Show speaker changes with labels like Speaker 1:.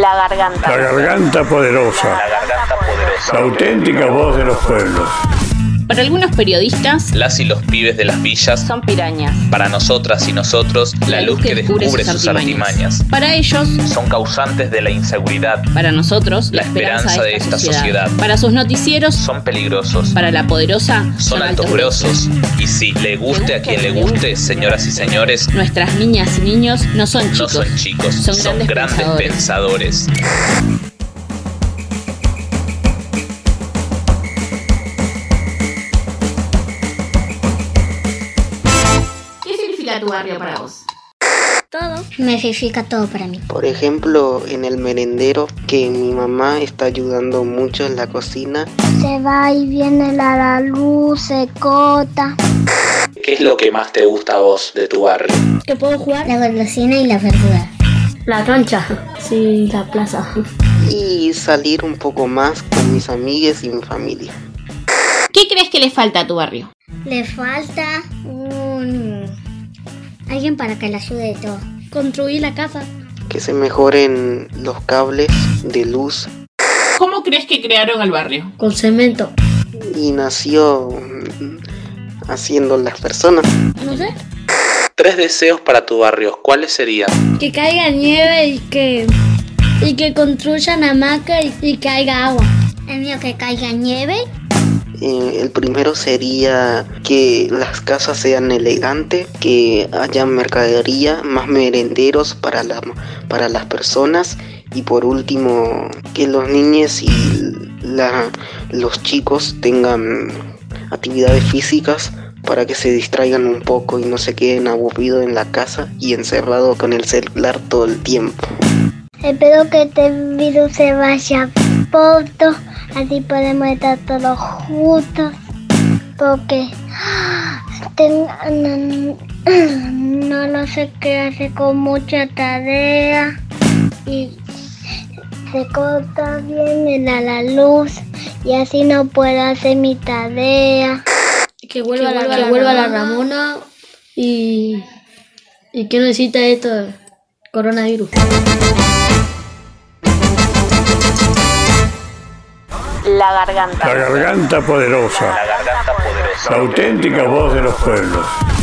Speaker 1: La garganta.
Speaker 2: La garganta poderosa.
Speaker 3: La garganta poderosa.
Speaker 2: La auténtica voz de los pueblos.
Speaker 4: Para algunos periodistas
Speaker 3: Las y los pibes de las villas.
Speaker 4: son pirañas.
Speaker 3: Para nosotras y nosotros, la luz que descubre sus artimañas.
Speaker 4: Para ellos,
Speaker 3: Son causantes de la inseguridad.
Speaker 4: para nosotros,
Speaker 3: La esperanza de esta sociedad.
Speaker 4: Para sus noticieros,
Speaker 3: Son peligrosos.
Speaker 4: para la poderosa,
Speaker 3: Son altos grosos. Y si le guste a quien le guste, señoras y señores,
Speaker 4: Nuestras niñas y niños no son
Speaker 3: no
Speaker 4: chicos.
Speaker 3: son chicos,
Speaker 4: Son
Speaker 3: son
Speaker 4: grandes
Speaker 3: grandes pensadores.
Speaker 5: ¿Qué significa tu barrio para vos?
Speaker 6: Todo. Me significa todo para mí.
Speaker 7: Por ejemplo, en el merendero, que mi mamá está ayudando mucho en la cocina.
Speaker 6: Se va y viene la, la luz, se cota.
Speaker 3: ¿Qué es lo que más te gusta a vos de tu barrio?
Speaker 6: Que puedo jugar la golosina y la verdura.
Speaker 8: La cancha. Sí, la plaza.
Speaker 7: Y salir un poco más con mis amigues y mi familia.
Speaker 5: ¿Qué crees que le falta a tu barrio?
Speaker 6: Le falta un... Alguien para que le ayude de todo. Construir la casa.
Speaker 7: Que se mejoren los cables de luz.
Speaker 5: ¿Cómo crees que crearon el barrio?
Speaker 8: Con cemento.
Speaker 7: Y nació mm, haciendo las personas.
Speaker 6: No sé.
Speaker 3: Tres deseos para tu barrio, ¿cuáles serían?
Speaker 6: Que caiga nieve y que... Y que construyan hamaca y, caiga agua. El mío que caiga nieve.
Speaker 7: Eh, el primero sería que las casas sean elegantes, que haya mercadería, más merenderos para, la- para las personas y por último que los niños y la- los chicos tengan actividades físicas para que se distraigan un poco y no se queden aburridos en la casa y encerrados con el celular todo el tiempo.
Speaker 6: Espero que este virus se vaya pronto, así podemos estar todos juntos, porque ah, tengo- no, no lo sé qué hacer con mucha tarea y se corta bien el a la luz y así no puedo hacer mi tarea.
Speaker 8: Que vuelva,
Speaker 6: Que
Speaker 8: la,
Speaker 6: vuelva
Speaker 8: que
Speaker 6: la
Speaker 8: vuelva la
Speaker 6: Ramona.
Speaker 8: Ramona. Y. ¿Y qué necesita esto? Coronavirus.
Speaker 1: La garganta.
Speaker 2: La garganta poderosa.
Speaker 3: La garganta poderosa.
Speaker 2: La auténtica voz de los pueblos.